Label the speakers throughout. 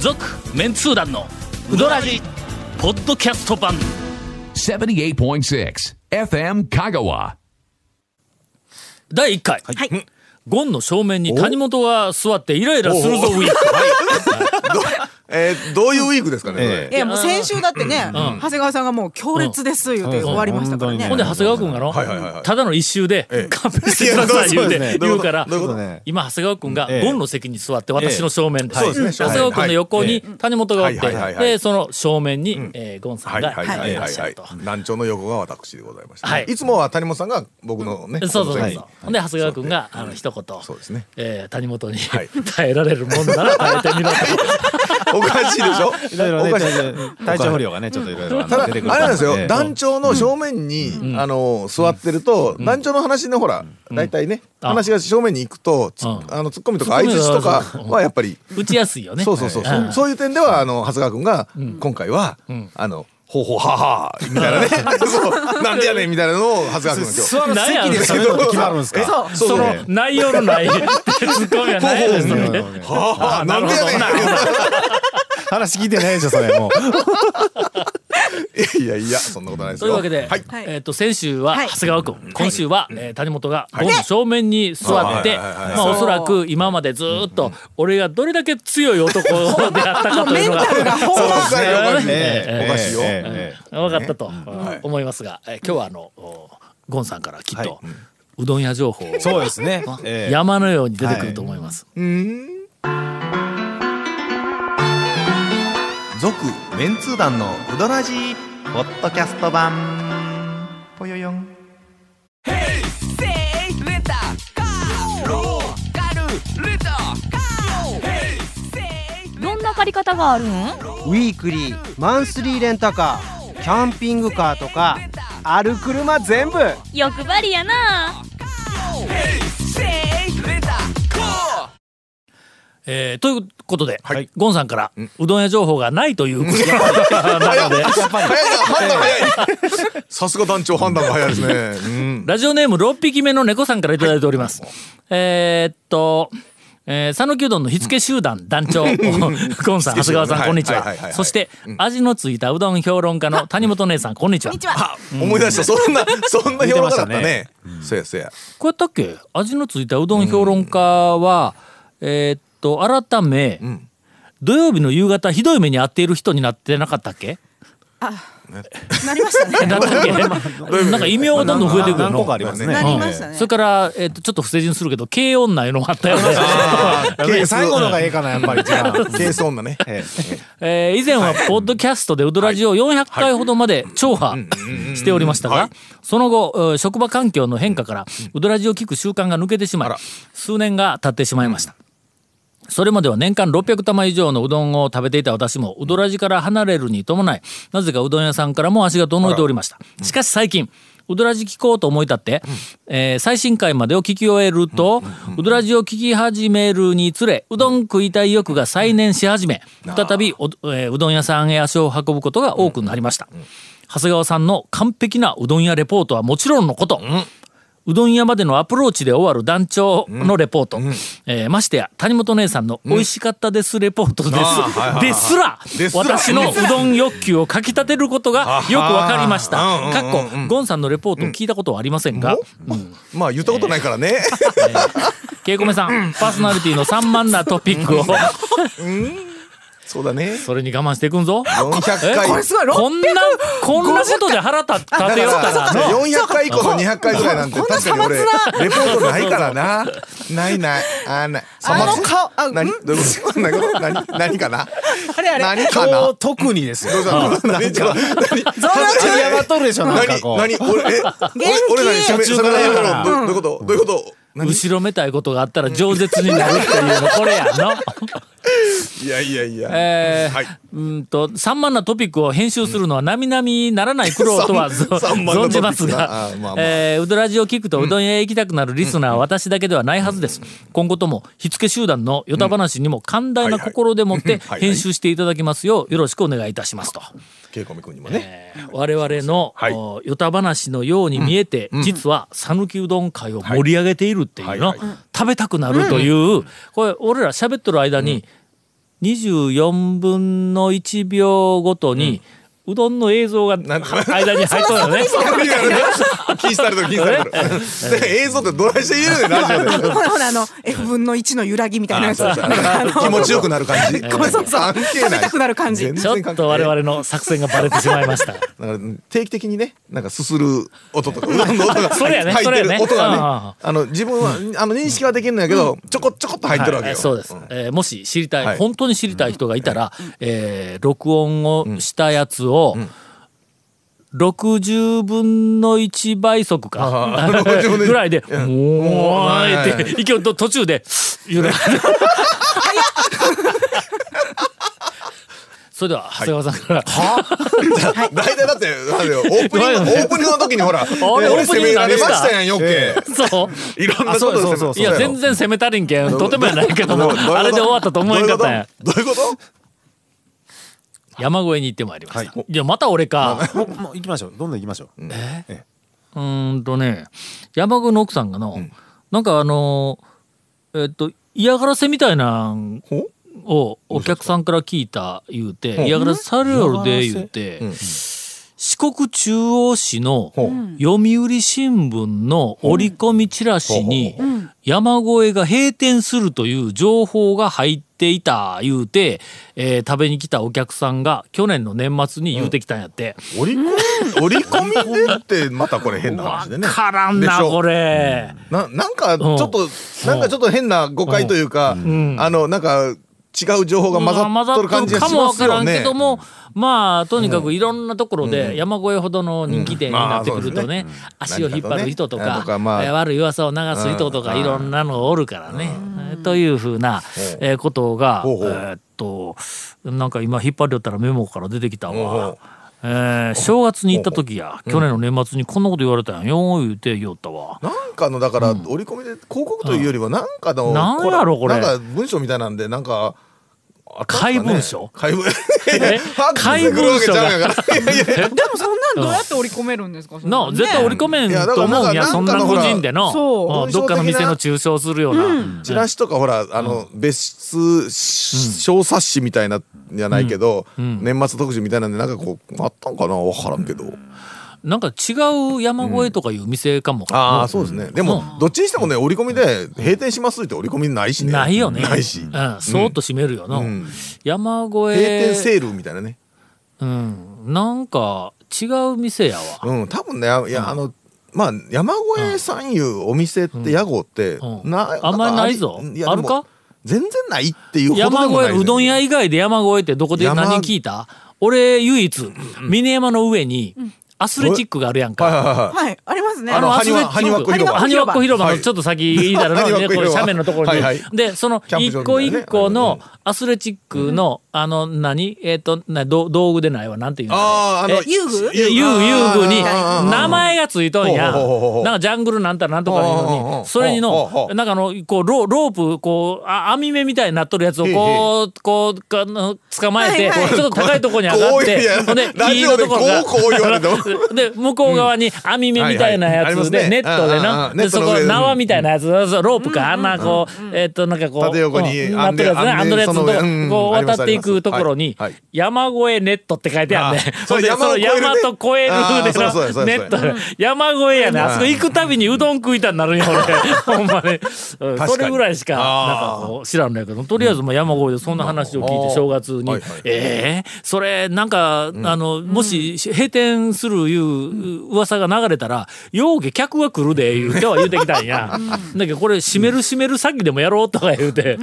Speaker 1: 続メンツー団のウドラジポッドキャスト版
Speaker 2: 78.6 FM Kagawa.
Speaker 1: 第1回、
Speaker 3: はい
Speaker 1: ゴンの正面に谷本が座ってイライラするぞウィーク
Speaker 4: えーどういうウィークですかね、
Speaker 3: いやもう先週だってね、長谷川さんがもう強烈です言うて終わりましたからね。
Speaker 1: ほんで長谷川君がの、
Speaker 4: いはいはいはい
Speaker 1: ただの一周で
Speaker 4: ええ
Speaker 1: 勘弁してください言う
Speaker 4: いや
Speaker 1: て
Speaker 4: ど
Speaker 1: 言
Speaker 4: ういう
Speaker 1: う
Speaker 4: こと
Speaker 1: から
Speaker 4: どういうことどういうこと
Speaker 5: ね
Speaker 1: 今長谷川君が
Speaker 5: ええ
Speaker 1: ゴンの席に座って私の正面で
Speaker 4: ええそうです
Speaker 1: 長
Speaker 4: ね
Speaker 1: 谷川君の横
Speaker 5: は
Speaker 1: に
Speaker 5: い
Speaker 1: 谷本がおっ
Speaker 4: はいはいは
Speaker 1: て
Speaker 4: いはい
Speaker 1: でその正面に、えーゴンさ
Speaker 4: は
Speaker 1: ん
Speaker 4: い
Speaker 1: が
Speaker 4: はいはいい
Speaker 1: ら
Speaker 4: は
Speaker 1: っ
Speaker 4: い
Speaker 1: しゃ
Speaker 4: は
Speaker 1: る
Speaker 4: い
Speaker 1: と。。
Speaker 4: 難聴の横が私でございました、
Speaker 1: はい
Speaker 4: い、つもは谷本さんが僕のね、
Speaker 1: そうそうそう。
Speaker 4: この
Speaker 1: そう
Speaker 4: 席に
Speaker 1: で長谷川君があの一言、
Speaker 4: そうですね
Speaker 1: えー谷本に、
Speaker 4: はい
Speaker 1: 耐えられるもんなら耐えてみろと。
Speaker 4: おかしいでしょ
Speaker 5: いろいろ
Speaker 4: お
Speaker 5: ね
Speaker 4: かしい
Speaker 5: 体調不良がねちょっといろいろあ
Speaker 4: た
Speaker 5: の
Speaker 4: だ
Speaker 5: 出てくる
Speaker 4: あれなんですよ、
Speaker 5: ええ
Speaker 4: 団長の正面に、あの座ってると、団長の話ねほら、大体ね、
Speaker 1: あ
Speaker 4: 話が正面に行くと、つ
Speaker 1: うん
Speaker 4: あのツッコミとか相槌とかはやっぱり、
Speaker 1: 打ちやすいよね。
Speaker 4: そうそうそうそう、
Speaker 1: ん
Speaker 4: そういう点ではあの長谷川君が、今回は、あのほうほうはあはあみたいなねそうなんでやねんみたいなのを長谷川君が今日。
Speaker 5: 座る
Speaker 1: なんや
Speaker 5: 席で喋ること決まるんですか
Speaker 4: そう
Speaker 1: そ
Speaker 4: そう
Speaker 1: の内容のないツッコミはないです
Speaker 5: そう
Speaker 1: ね。
Speaker 5: そうそう
Speaker 4: はあはあ
Speaker 1: な
Speaker 4: な
Speaker 1: る
Speaker 4: ん
Speaker 1: ほ
Speaker 4: で
Speaker 1: ど
Speaker 4: やねん
Speaker 1: なるほ
Speaker 5: 話聞いてないでしょそれもう
Speaker 4: いやいやいやそんなことないです
Speaker 1: と
Speaker 4: よ
Speaker 1: いうわけで、
Speaker 4: はい
Speaker 3: はい
Speaker 1: えっ、と先週は
Speaker 3: はい
Speaker 1: 長谷川君、今週は、えー谷本がゴンの正面に座って、
Speaker 4: はいはいはいはい
Speaker 1: まあおそらく今までずーっと俺がどれだけ強い男であったかというのが
Speaker 3: メンタルがほん
Speaker 4: そうお
Speaker 3: ま
Speaker 4: かしいおかしいおかしいよ、
Speaker 5: ええ
Speaker 1: 分かったと
Speaker 4: はい
Speaker 1: 思いますが、えー今日はあのおゴンさんからきっと、
Speaker 5: は
Speaker 1: うどん屋情報を
Speaker 5: そうですねええ
Speaker 1: 山のように出てくると思います。
Speaker 6: 続メンツー団のウドラジーポッドキャスト版ぽよよん
Speaker 7: どんな借り方があるん
Speaker 8: ウィークリーマンスリーレンタカーキャンピングカーとかある車全部
Speaker 7: 欲張りやな
Speaker 1: えーということで、
Speaker 4: はい
Speaker 1: ゴンさんからうどん屋情報がないと いうことなので。
Speaker 4: 早いな判断早いさすが団長判断が早いですね、うん、
Speaker 1: ラジオネーム6匹目の猫さんから頂いております。えーっと、えー、讃岐うどんの火付け集団団長、ゴンさん、長谷川さん、
Speaker 4: はい
Speaker 1: こんにち
Speaker 4: はいはいはいは
Speaker 1: は。
Speaker 4: い
Speaker 1: そして、味のついたうどん評論家の谷本姉さん、こんにちは
Speaker 3: こんに。ちは。
Speaker 4: 思い出したそんなそんな
Speaker 5: 似て
Speaker 4: 評
Speaker 5: ま
Speaker 4: 論
Speaker 5: した
Speaker 4: 家だ
Speaker 5: ね
Speaker 4: ったねせやせや
Speaker 1: こうやったっけ味のついたうどん評論家は、えーっと、改め、
Speaker 4: ん
Speaker 1: 土曜日の夕方、ひどい目に遭っている人になってなかったっけ
Speaker 3: なりました ね。
Speaker 1: なったっけなんか異名がどんどん増えてくるの。
Speaker 5: 何個かありますね
Speaker 3: なりました
Speaker 1: それ
Speaker 3: ね。
Speaker 1: から、えーっと、ちょっと不正人するけど、軽音内の もあったよね。
Speaker 5: ええ最後のがええかなやっぱりじゃあ
Speaker 4: ケース女ね
Speaker 5: え
Speaker 1: えー以前はポッドキャストでウドラジオ400回ほどまで聴破しておりましたが、その後えー職場環境の変化からウドラジオを聞く習慣が抜けてしまい数年が経ってしまいました。それまでは年間600玉以上のうどんを食べていた私もうどらじから離れるに伴いなぜかうどん屋さんからも足が遠のいておりましたしかし最近うどらじ聞こうと思い立って、えー最新回までを聞き終えると、うどらじを聞き始めるにつれうどん食いたい欲が再燃し始め再びお、えーうどん屋さんへ足を運ぶことが多くなりました、長谷川さんの完璧なうどん屋レポートはもちろんのこと、うどん屋までのアプローチで終わる団長のレポート、えーましてや谷本姉さんの「美味しかったです」レポートです、ですら
Speaker 4: ですら
Speaker 1: 私のうどん欲求をかきたてることがよくわかりました。かっこゴンさんのレポートを聞いたことはありませんが、
Speaker 4: まあ言ったことないからね、
Speaker 1: けいこめさんパーソナリティの散漫なトピックを
Speaker 4: そうだね
Speaker 1: それに我慢していくんぞ。
Speaker 4: 400
Speaker 1: え
Speaker 4: 回
Speaker 3: これすごい
Speaker 1: こんなこんなことで腹立立てよったらの
Speaker 4: 400回以降の200回ぐらいなんて
Speaker 3: こんな
Speaker 4: 確かに俺レ
Speaker 3: さ
Speaker 4: ポートないからなないないあない
Speaker 3: あの顔あ
Speaker 4: 何どういうこと何何何かな
Speaker 3: あれあれ
Speaker 4: 何
Speaker 5: え
Speaker 4: かな
Speaker 5: 今日特にですよ
Speaker 4: どうしたの何ちょっと何
Speaker 3: ゾー
Speaker 5: 立ち
Speaker 3: 中
Speaker 5: 上がっとるでしょなんか
Speaker 4: 何
Speaker 5: こう
Speaker 4: 何俺え
Speaker 3: 元気
Speaker 4: 俺俺何喋
Speaker 5: 中からやから
Speaker 4: 喋どういうことどういうこと何
Speaker 1: 後ろめたいことがあったら饒舌になるっていうのこれやの。
Speaker 4: いやいやいや
Speaker 1: えー
Speaker 4: はいう
Speaker 1: ーんと散漫なトピックを編集するのは並々ならない苦労とは ぞ
Speaker 4: 散漫なトピックな
Speaker 1: 存じます
Speaker 4: あ
Speaker 1: が
Speaker 4: ーまあまあ
Speaker 1: えーうどらじを聞くとうどん屋へ行きたくなるリスナーは私だけではないはずです今後とも火付け集団のヨタ話にも寛大な心でもって
Speaker 4: はいはい
Speaker 1: 編集していただきますようよろしくお願いいたしますと
Speaker 4: 稽古見君にもね
Speaker 1: えー我々の
Speaker 4: はい
Speaker 1: おヨタ話のように見えて実は讃岐うどん会を盛り上げているっていうの
Speaker 4: はいはい
Speaker 1: 食べたくなるというこれ俺ら喋ってる間に24分の1秒ごとに、うどんの映像が間
Speaker 4: なん
Speaker 1: に入っとるよね。
Speaker 4: いやね禁止されてる禁止されてるで映像ってどないして入れるねんラジオで
Speaker 3: ほらほらあの F 分の1の揺らぎみたいなやつ
Speaker 4: そうそう気持ちよくなる感じ
Speaker 3: そうそうそう
Speaker 4: 関係ない
Speaker 3: 食べたくなる感じ
Speaker 4: 全
Speaker 1: ちょ
Speaker 4: 然関係
Speaker 1: っ
Speaker 4: ない
Speaker 1: と我々の作戦がバレてしまいました。
Speaker 4: だから定期的にねなんかすする音とかうどんの音が
Speaker 1: それやね
Speaker 4: 入って
Speaker 1: それや
Speaker 4: る
Speaker 1: ね
Speaker 4: 音
Speaker 1: うんうんうん
Speaker 4: がねあの自分はあの認識はできるんだけどちょこちょこっと入ってるわけ
Speaker 1: え
Speaker 4: よ
Speaker 1: そうです、
Speaker 4: ん
Speaker 1: えーもし知りたい、
Speaker 4: はい
Speaker 1: 本当に知りたい人がいたら、えー録音をしたやつを、60分の1倍速か
Speaker 4: あー60分 の1
Speaker 1: ぐらいで「
Speaker 4: うん
Speaker 1: もうー
Speaker 4: はい
Speaker 1: い」って息をと途中 で揺れるそれでは長谷川さんから、
Speaker 4: 大体だってあれよオープニン
Speaker 1: どういう
Speaker 4: グオ
Speaker 1: の
Speaker 4: ープニングの時にほら
Speaker 1: れ
Speaker 4: 俺責められましたやんよ
Speaker 5: オープニング何で
Speaker 4: け
Speaker 5: し
Speaker 1: そう
Speaker 4: いろんな
Speaker 5: あ
Speaker 4: こ
Speaker 5: そう
Speaker 4: と
Speaker 5: そ
Speaker 4: で
Speaker 5: うそう
Speaker 1: いや全然責めたりんけんとてもやないけどもあれで終わったと思えんかったんや
Speaker 4: どういうこと
Speaker 1: 山越えに行ってまいりました、い、やまた俺か
Speaker 5: もうもう行きましょうどんどん行きましょう
Speaker 1: うーんとね山口の奥さんがの、なんかあのーえっと嫌がらせみたいなん
Speaker 4: ほ
Speaker 1: をお客さんから聞いた言うて嫌がらせされよるで言うて、
Speaker 4: うん
Speaker 1: 四国中央市の
Speaker 4: ほう
Speaker 1: 読売新聞の折り込みチラシに
Speaker 3: ん
Speaker 1: 山越えが閉店するという情報が入っていた言うて、えー食べに来たお客さんが去年の年末に言うてきたんやって。
Speaker 4: 折り込み折り込みでってまたこれ変な話でね
Speaker 1: わからん
Speaker 4: でし
Speaker 1: な
Speaker 4: ょ
Speaker 1: これ。
Speaker 4: ななんかちょっとなんかちょっと変な誤解というか
Speaker 1: ん
Speaker 4: あのなんか違う情報が混ざっとる感じがします
Speaker 1: かもわから
Speaker 4: よ
Speaker 1: んけ
Speaker 4: ね
Speaker 1: ども、まあとにかくいろんなところで山越えほどの人気店になってくるとね,、足を引っ張る人と
Speaker 4: 何
Speaker 1: か
Speaker 4: かとねとかまあ
Speaker 1: えー悪い噂を流す人とか
Speaker 4: うん
Speaker 1: いろんなのおるからね。というふうな、えーことが
Speaker 4: ほうほう
Speaker 1: えーっとなんか今引っ張りよったらメモから出てきたわ。
Speaker 4: ほうほう
Speaker 1: えー正月に行った時や去年の年末にこんなこと言われたんよ言うて言おったわ。
Speaker 4: なんかのだから折り込みで広告というよりはなんかの
Speaker 1: なんやろこれ
Speaker 4: なんか文章みたいなんでなんかあったんすかね
Speaker 1: 怪文書
Speaker 4: 怪文
Speaker 1: え
Speaker 4: ファックスで来るわけちゃうんやからいやいやいや
Speaker 3: でもそんなんどうやって織り込めるんですかそん
Speaker 1: な
Speaker 3: な
Speaker 1: あ
Speaker 3: んね
Speaker 1: 絶対折り込めん
Speaker 4: いやだ
Speaker 1: と
Speaker 4: から
Speaker 1: 思うんや
Speaker 4: なんか
Speaker 1: そん
Speaker 4: な
Speaker 1: なん
Speaker 4: かの
Speaker 1: 個
Speaker 4: ほら
Speaker 1: 人での
Speaker 3: そう
Speaker 1: うんどっかの店の中傷するような、
Speaker 4: チラシとかほらあの別室小冊子みたいなじゃないけど年末特集みたいなんでなんかこうあったんかなわからんけど
Speaker 1: なんか違う山越えとかいう店かも、
Speaker 4: ああそうですねでもどっちにしてもね折り込みで閉店しますって折り込みないしね
Speaker 1: ないよね
Speaker 4: ないし
Speaker 1: う
Speaker 4: 閉
Speaker 1: ん、そーっと閉めるよな、
Speaker 4: ん
Speaker 1: 山越え
Speaker 4: 店セールみたいなね
Speaker 1: うん、なんか違う店やわ、
Speaker 4: うん、多分ね、あいや、あの、まあ、山越えさんいうお店って、屋号って
Speaker 1: ん、うん
Speaker 4: な
Speaker 1: あんまりないぞ
Speaker 4: いや
Speaker 1: あるか
Speaker 4: でも全然ないっていうほどでもな
Speaker 1: 山
Speaker 4: い、ね。
Speaker 1: 越えうどん屋以外で山越えってどこで
Speaker 4: 山
Speaker 1: 何聞いた俺唯一峰山の上にアスレチックがあるやん
Speaker 4: はいは
Speaker 1: か。
Speaker 4: いはい。
Speaker 3: はいありますね
Speaker 4: あの、
Speaker 1: あの
Speaker 4: はにわ、
Speaker 1: アス
Speaker 4: は
Speaker 1: レ
Speaker 4: にわっこ広場。
Speaker 1: ハニワッコ広場
Speaker 4: は
Speaker 1: の
Speaker 4: い
Speaker 1: ちょっと先いいだろうな、
Speaker 4: ハニワッコ
Speaker 1: ね、これ
Speaker 4: 広場
Speaker 1: 斜面のところに。
Speaker 4: はいはい
Speaker 1: で、その
Speaker 4: キャンプ
Speaker 1: 一
Speaker 4: 場み
Speaker 1: 個
Speaker 4: たいなね
Speaker 1: 一個の
Speaker 4: うん
Speaker 1: アスレチックの、あの、何えっ、となど、道具でないわ、なんていうの
Speaker 4: ああ、あの、
Speaker 1: え
Speaker 3: 遊具
Speaker 1: いや遊遊具に
Speaker 4: あー
Speaker 1: 名前がついとんや。
Speaker 4: ほうほうほうほう
Speaker 1: なんかジャングルなんたらなんとかいう
Speaker 4: ほうほう
Speaker 1: の
Speaker 4: ほ
Speaker 1: に、
Speaker 4: う
Speaker 1: それに
Speaker 4: ほうほう
Speaker 1: の
Speaker 4: ほ、う
Speaker 1: なんかあの、こう、ロロープ、こう、あ網目みたいになっとるやつを
Speaker 4: へい
Speaker 1: こう、こう、かの捕まえて、
Speaker 3: はいはい
Speaker 1: ちょっと高いところに上がっ
Speaker 4: こういう
Speaker 1: て、
Speaker 4: や
Speaker 1: ほんで、
Speaker 4: ラ
Speaker 1: いい
Speaker 4: ジ
Speaker 1: の
Speaker 4: オで
Speaker 1: と
Speaker 4: こ
Speaker 1: ころが
Speaker 4: う、こう言われても。
Speaker 1: で向こう側に網目みたいなや
Speaker 4: うんはいはいありま
Speaker 1: つ
Speaker 4: す
Speaker 1: で
Speaker 4: ね
Speaker 1: ネットで
Speaker 4: うんうん
Speaker 1: な
Speaker 4: うんネ
Speaker 1: で
Speaker 4: ット
Speaker 1: そ
Speaker 4: の上
Speaker 1: こ
Speaker 4: で
Speaker 1: 縄みたいなやつそうロープかあんなこうえっとなんかこう
Speaker 4: 縦横に
Speaker 1: うんな
Speaker 4: あ
Speaker 1: っ
Speaker 4: ん
Speaker 1: て
Speaker 4: で
Speaker 1: るやつね
Speaker 4: あ
Speaker 1: ア
Speaker 4: んで
Speaker 1: ンドレスのとこ
Speaker 4: その上うん
Speaker 1: こ
Speaker 4: あ
Speaker 1: う
Speaker 4: りま
Speaker 1: 渡
Speaker 4: す
Speaker 1: っていくところに
Speaker 4: はいはい
Speaker 1: 山越えネットって書いてあんねん
Speaker 4: あー
Speaker 1: ほんで
Speaker 4: そう
Speaker 1: その
Speaker 4: 山を越える
Speaker 1: 山
Speaker 4: ね
Speaker 1: と越える
Speaker 4: あ
Speaker 1: で
Speaker 4: ーそうそうそうそ
Speaker 1: の
Speaker 4: う
Speaker 1: ネット山越えやねんあそこ行くたびにうどん食いたになるんや 俺ほんまにうん
Speaker 4: かに
Speaker 1: それぐらいしかなん
Speaker 4: あー
Speaker 1: かこう知らんのやけどとりあえずもう山越えでそんな話を聞いて正月に
Speaker 4: はいはい
Speaker 1: ええそれなんか、あのもし閉店するいう噂が流れたら「ようけ客が来るで」言うては言うてきたん や、だけどこれ閉める閉める先でもやろうとか言うて、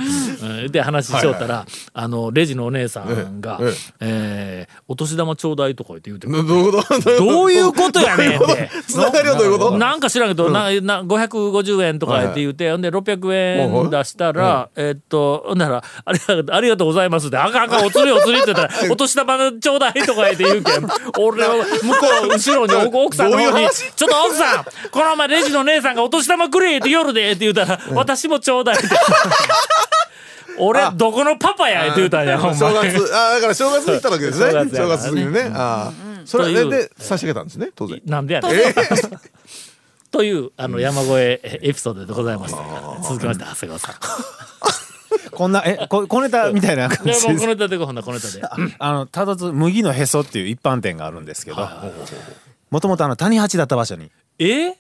Speaker 1: うん、で話しちゃったら、あのレジのお姉さんが「え
Speaker 4: ええ
Speaker 1: ーお年玉ちょうだい」とか言って言う て。
Speaker 4: どどういうこと
Speaker 1: どういううことやねんって。
Speaker 4: つながりはどういうこ と
Speaker 1: なんか知らんけど、なな550円とかって言って、ほんで600円出したら、えっと、ほんなら、ありがとう、ありがとうございますって、あかんあかん、お釣りお釣りって言った ら、お年玉ちょうだいとか言って言うけん、俺は向こう、後ろに奥奥さんの
Speaker 4: どういう
Speaker 1: 方に、
Speaker 4: 話
Speaker 1: ちょっと奥さん、この前レジの姉さんがお年玉くれって夜でって言ったら、私もちょうだ いって。俺、どこのパパやって言うたんや、ほんま
Speaker 4: 正月、ああ、だから正月に行ったわけです
Speaker 1: 正
Speaker 4: ね。正
Speaker 1: 月やからね
Speaker 4: 月過ぎにね。ああ。それ
Speaker 1: という
Speaker 4: で、で差し上げたんですね、当然。
Speaker 1: なんでやねん。 というあの山越えエピソードでございましたが続きまして長谷川さん。
Speaker 5: こんなえこ 小ネタみたいな感
Speaker 1: で
Speaker 5: じ
Speaker 1: もう
Speaker 5: で
Speaker 1: こ
Speaker 5: す
Speaker 1: のネタでこうほんならこのネタで。
Speaker 5: あのただつ麦のへそっていう一般店があるんですけどもともとあの谷八だった場所に
Speaker 1: え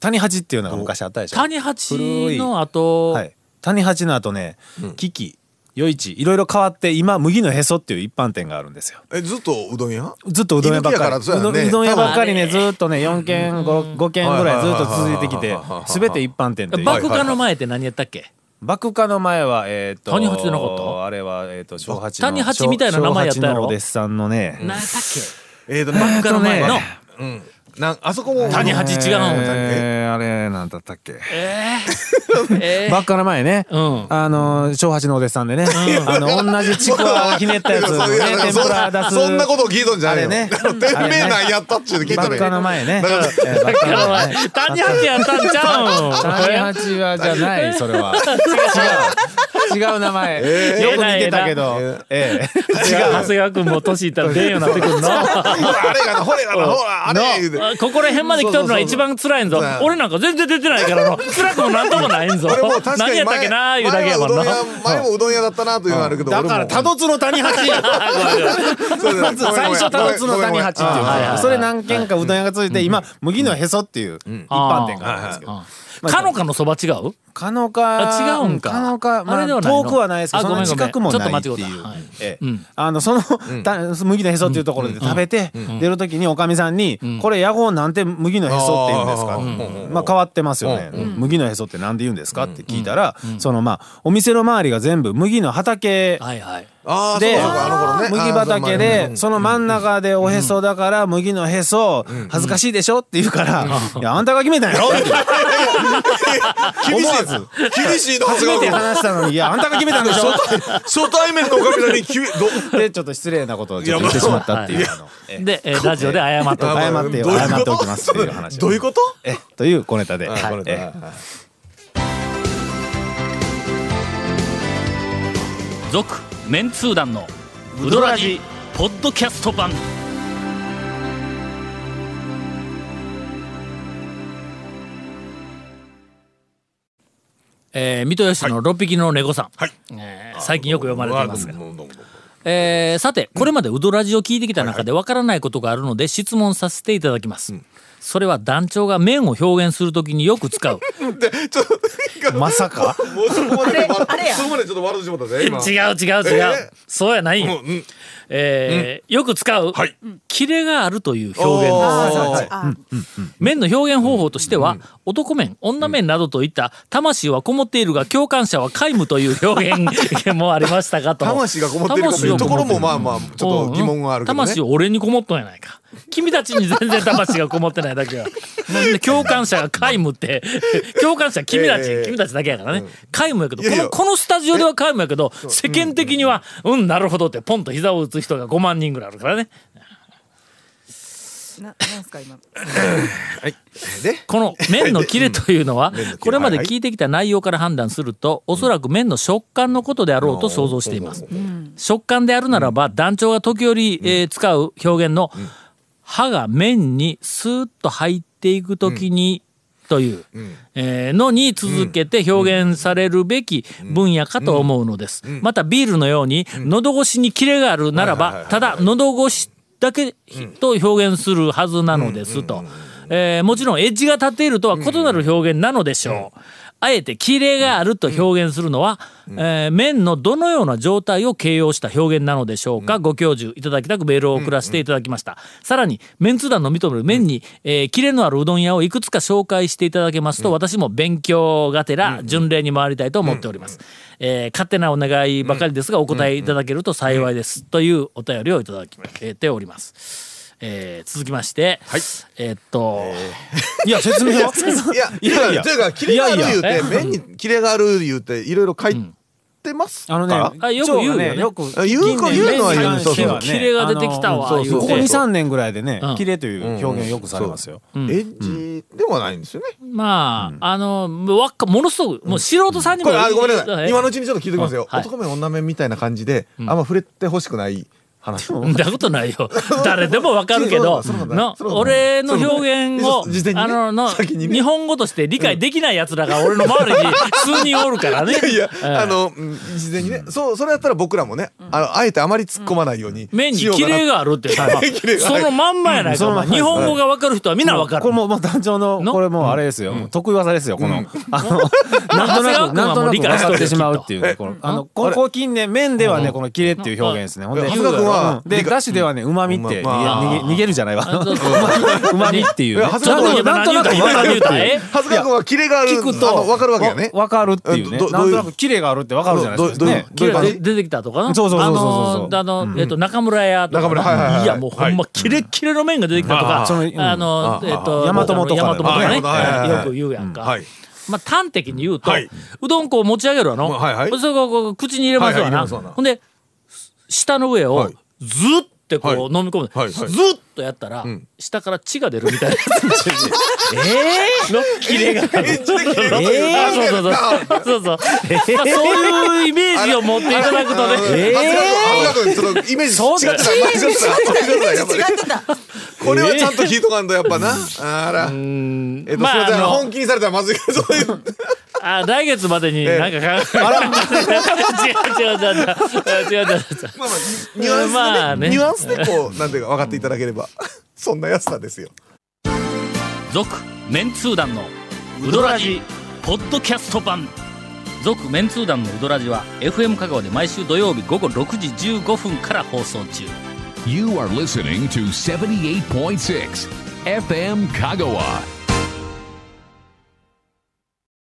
Speaker 5: 谷八っていうのが昔あったでしょ
Speaker 1: 谷八の後、
Speaker 5: はい、谷八の後ね、キキ余市いろいろ変わって今麦のへそっていう一般店があるんですよ
Speaker 4: えずっとうどん屋
Speaker 5: ずっとうどん屋ばっかり
Speaker 4: 居抜きやからそうやん
Speaker 5: うど
Speaker 4: ね
Speaker 5: んうどん屋ばっかりねずっとね4軒 5, 軒ぐらいずっと続いてきて全て一般店っていう
Speaker 1: 爆破の前って何やったっけ、
Speaker 5: 爆化の前はえっ、と
Speaker 1: 谷八じゃなかった
Speaker 5: あれはえっ、と小八の
Speaker 1: 谷八みたいな名前やったやろ
Speaker 5: 小八のお弟子さんのね、
Speaker 1: 何やったっけ
Speaker 4: えーとね
Speaker 1: 爆破の前の。
Speaker 4: なんあそこも
Speaker 1: 谷八違うの
Speaker 5: えー、あれなんだったっけ
Speaker 1: えー、えー、
Speaker 5: バッカの前ね、
Speaker 1: うん
Speaker 5: あのー小八のお弟子さんでね、あの同じちくわをひねったやつをね
Speaker 4: いやだから
Speaker 5: 天
Speaker 4: そ
Speaker 5: ぷら出す
Speaker 4: そんなことを聞いとんじゃない
Speaker 5: あ
Speaker 4: よ
Speaker 5: れね
Speaker 4: 天命なんやったっちゅうの聞い
Speaker 5: バ
Speaker 4: とる
Speaker 5: ッカ
Speaker 4: やん
Speaker 5: の前ね
Speaker 4: だから
Speaker 5: えーバッカの前
Speaker 1: 谷八やったんち
Speaker 5: 谷
Speaker 1: ゃうん
Speaker 5: 八はじゃないそれは違う違う名前、よく似てたけど、ええ
Speaker 1: 長谷川君も年いったら出んようになってくるの
Speaker 4: ほら あれがなほれがなほらあれ言うて
Speaker 1: あここら辺まで来とるのは一番辛いんぞ
Speaker 4: そうそうそう
Speaker 1: 俺なんか全然出てないからの辛くもなんともないんぞ
Speaker 4: 俺も確か
Speaker 1: 何
Speaker 4: に
Speaker 1: やったっけ
Speaker 4: 前
Speaker 1: なー
Speaker 4: 前
Speaker 1: いうだけや
Speaker 4: は
Speaker 1: も
Speaker 4: うんど
Speaker 1: なん
Speaker 4: 屋前もうどん屋だったなというのはあるけど
Speaker 5: だから多度津の谷八
Speaker 4: ま
Speaker 5: 最初多度津の谷八っていうの
Speaker 1: はいはいは
Speaker 5: が
Speaker 1: い
Speaker 5: それ何軒かうどん屋がついて今麦のへそっていう一般店があるんですけど
Speaker 1: かのかのそば違う
Speaker 5: かのか
Speaker 1: あ違うんか
Speaker 5: かのか、ま
Speaker 1: あれ
Speaker 5: あ、
Speaker 1: ではないの
Speaker 5: 遠くはないですけ
Speaker 1: あ
Speaker 5: どそんな
Speaker 1: ごめんごめん
Speaker 5: 近くもないって
Speaker 1: ちょっ
Speaker 5: い
Speaker 1: と
Speaker 5: う
Speaker 1: 間違
Speaker 5: え
Speaker 1: う
Speaker 5: え
Speaker 1: ん
Speaker 5: あのそのた麦のへそっていうところで食べて出る時におかみさんに「これ野号なんて麦のへそって言うんですか?」まあ変わってますよね「麦のへそってなんで言うんですか?」って聞いたらそのまあお店の周りが全部麦の畑
Speaker 1: はいはい
Speaker 4: あー
Speaker 5: で
Speaker 4: そうかそうかあの頃ね
Speaker 5: 麦畑でその真ん中でおへそだから麦のへそ恥ずかしいでしょって言うから「いやあんたが決めたんやろ?」って
Speaker 4: 厳
Speaker 5: 思
Speaker 4: し
Speaker 5: わ
Speaker 4: い
Speaker 5: ず
Speaker 4: 厳しいな
Speaker 5: 初めて話したのに「いやあんたが決めたんでしょ?」
Speaker 4: 初対面のおかみさんに急に ど
Speaker 5: でちょっと失礼なことをちょっと言ってしまったっていうあのええ
Speaker 1: でえーラジオで 謝っと
Speaker 5: あ
Speaker 1: く
Speaker 5: 謝ってよ
Speaker 4: どういうこ
Speaker 5: 謝
Speaker 4: と
Speaker 5: っておきますっていう話
Speaker 4: どういうこと
Speaker 5: えという小ネタで、
Speaker 4: あ
Speaker 5: はい
Speaker 4: これだ
Speaker 5: え
Speaker 1: 続メンツー団のウドラジポッドキャスト版えー、三豊市の6匹の猫さん、
Speaker 4: はい
Speaker 1: えー最近よく読まれていますが
Speaker 4: どんどんどんどん
Speaker 1: えーさてこれまでウドラジを聞いてきた中でわからないことがあるので質問させていただきます、それは団長が麺を表現するときによく使う
Speaker 4: でちょっと
Speaker 5: まさか
Speaker 4: もうそこまで
Speaker 3: あれあれや
Speaker 4: そこまでちょっと笑ってしまったぜ
Speaker 1: 違う
Speaker 4: 今
Speaker 1: 違う違う、そうやないん
Speaker 4: う
Speaker 1: よ、
Speaker 4: んうん
Speaker 1: えーよく使う、
Speaker 4: はい
Speaker 1: キレがあるという表現です
Speaker 4: おー
Speaker 3: あそうですあ
Speaker 1: 麺の表現方法としては、男麺女麺などといった魂はこもっているが共感者は皆無という表 現もありましたがと
Speaker 4: 魂がこもってるかというところもまあまあちょっと疑問があるけどね
Speaker 1: 魂俺にこもっとんやないか君たちに全然魂がこもってないだけ やなんで共感者が皆無って共感者君たち、
Speaker 4: ええ
Speaker 1: 君たちだけやからね、皆無やけど
Speaker 4: いやいや
Speaker 1: このこのスタジオでは皆無やけど世間的にはうんなるほどってポンと膝を打つ人が5万人ぐらいあるからね
Speaker 3: ななんすか今の
Speaker 4: はいで
Speaker 1: この麺の切れというのは
Speaker 4: 麺の切れ
Speaker 1: これまで聞いてきた内容から判断するとおそらく麺の食感のことであろうと想像しています食感であるならば団長が時折、えー使う表現の歯が麺にスーッと入っていく時に、という、えーのに続けて表現されるべき分野かと思うのです、またビールのように喉越しにキレがあるならばただ喉越しだけと表現するはずなのですと、えーもちろんエッジが立っているとは異なる表現なのでしょう、あえてキレがあると表現するのは、えー麺のどのような状態を形容した表現なのでしょうか、ご教授いただきたくメールを送らせていただきました、さらにメンツ団の認める麺に、えーキレのあるうどん屋をいくつか紹介していただけますと、私も勉強がてら巡礼に回りたいと思っております、えー勝手なお願いばかりですがお答えいただけると幸いです、というお便りをいただきえーておりますえー続きまして、えーっと、
Speaker 5: いや説明を
Speaker 4: いやい
Speaker 5: いや
Speaker 4: や
Speaker 5: いや
Speaker 4: というかキレがある言
Speaker 1: いや
Speaker 4: う
Speaker 1: い
Speaker 4: て
Speaker 1: や
Speaker 4: 麺にキレがある言うていろいろ書いてます か
Speaker 5: あのね
Speaker 1: あよく言うよね
Speaker 5: よく
Speaker 4: あ言うか言うのは言うそうそう
Speaker 1: キレが出てきたわ
Speaker 5: あの
Speaker 1: 言うて
Speaker 5: ここ23年ぐらいでね
Speaker 1: うん
Speaker 5: キレという表現よくされますよ
Speaker 4: エッジではないんですよね
Speaker 1: まあ、あの、わっか、ものすごく、もう素人さんに
Speaker 4: こ
Speaker 1: も。
Speaker 4: れあごめんなさ
Speaker 1: え
Speaker 4: い今のうちにちょっと聞いておきますよ
Speaker 1: はい
Speaker 4: 男麺女麺みたいな感じであんま触れてほしくない
Speaker 5: 話
Speaker 1: んだことないよ。誰でもわかるけど、の、俺の表現を、あの、の、日本語として理解できない奴らが俺の周りに数人おるからね。
Speaker 4: いや、
Speaker 1: ええ
Speaker 4: あの、うん事前にね、そう、それやったら僕らもね、あの、あえてあまり突っ込まないように。
Speaker 1: 目に
Speaker 4: しよう
Speaker 1: キ
Speaker 4: かな
Speaker 1: レがあるっていうか、そのまんまやないか、
Speaker 5: うんそのまんま
Speaker 1: 日本語がわかる人はみんなわか
Speaker 5: こ
Speaker 1: る
Speaker 5: れ。もうもう団長
Speaker 1: の
Speaker 5: のこれもうあれですよ、もう得意技ですよこの、あのなん
Speaker 1: 長
Speaker 5: とな
Speaker 1: 谷川君
Speaker 5: く
Speaker 1: は
Speaker 5: なんと
Speaker 1: もう
Speaker 5: な
Speaker 1: 理
Speaker 5: く
Speaker 1: 解
Speaker 5: 分
Speaker 1: してる
Speaker 5: かってしまうっていうねこのあのここ近年面ではねこのキレっていう表現ですね、ほんで
Speaker 4: 長谷川君は
Speaker 5: うんで
Speaker 4: 理解
Speaker 5: ダッシュではねうまみって
Speaker 4: うんま
Speaker 5: 逃げ逃げるじゃないわ
Speaker 1: あそうそう
Speaker 5: うまみっていうね
Speaker 4: いや長
Speaker 1: ちょっと
Speaker 4: 谷
Speaker 1: 待って
Speaker 4: 川
Speaker 5: なんとなく
Speaker 1: 今
Speaker 5: 分か
Speaker 1: 何
Speaker 5: る
Speaker 1: 言う
Speaker 5: っ
Speaker 1: た
Speaker 5: て
Speaker 1: ら
Speaker 5: いう
Speaker 1: え
Speaker 4: 長谷川君はキレがある。
Speaker 1: 聞くと
Speaker 4: あのわかるわけやね。
Speaker 5: わ分かるっていうね
Speaker 4: うんどど
Speaker 5: なんとなくキレがあるって分かるじゃないですか
Speaker 4: どどどう
Speaker 5: ね
Speaker 4: どういう感
Speaker 1: で
Speaker 4: じ。
Speaker 1: 出てきたとかな。
Speaker 5: そうそうそうそうそう
Speaker 1: あの、あの、えっと、中村屋とか。
Speaker 4: 中村はいはいはい
Speaker 1: や、もうほんま、キレッキレの麺が出てきたと
Speaker 5: うんあ
Speaker 1: か
Speaker 5: あそのうん、
Speaker 1: あの、えっと、
Speaker 5: 大和元とか
Speaker 1: 大和元
Speaker 4: ああ
Speaker 1: ね
Speaker 4: はいはいはい
Speaker 1: よく言うやんか。
Speaker 4: はい。
Speaker 1: まあ、端的に言うと、
Speaker 4: はいう
Speaker 1: どんこう持ち上げるわの、
Speaker 4: まあはいはい
Speaker 1: それをこう口に入れますわな、
Speaker 4: はいはい入れますわな
Speaker 1: ほんで舌の上
Speaker 4: は
Speaker 1: を
Speaker 4: い
Speaker 1: ずってこう
Speaker 4: はい
Speaker 1: 飲み込む、
Speaker 4: はいはい
Speaker 1: ずっとやったら、下から血が出るみたいな えー、のキレがあるえー、そうそうそうそうそう、まあ、そういうイメージを持っていただくとね
Speaker 4: 長谷川君、そのイメージ違ってた。間違ってた。間違ってた。やっぱ
Speaker 3: 違ってた。
Speaker 4: りこれはちゃんと聞いとかんと、やっぱな。あら。えっと、
Speaker 1: まあ
Speaker 4: すいません
Speaker 1: あの
Speaker 4: 本気にされたらまずいけど、そういう。
Speaker 1: あ来月までになんか考え違う違う違う違う違う違う違う違う
Speaker 4: まあまあ、ニュアンスで、ね
Speaker 1: まあね
Speaker 4: ニュアンスでこう、なんていうか分かっていただければ、そんな安さですよ。
Speaker 1: 続メンツー団のウドラジポッドキャスト版続メンツー団のウドラジは FM 香川で毎週土曜日午後6時15分から放送中
Speaker 2: You are listening to 78.6 FM Kagawa.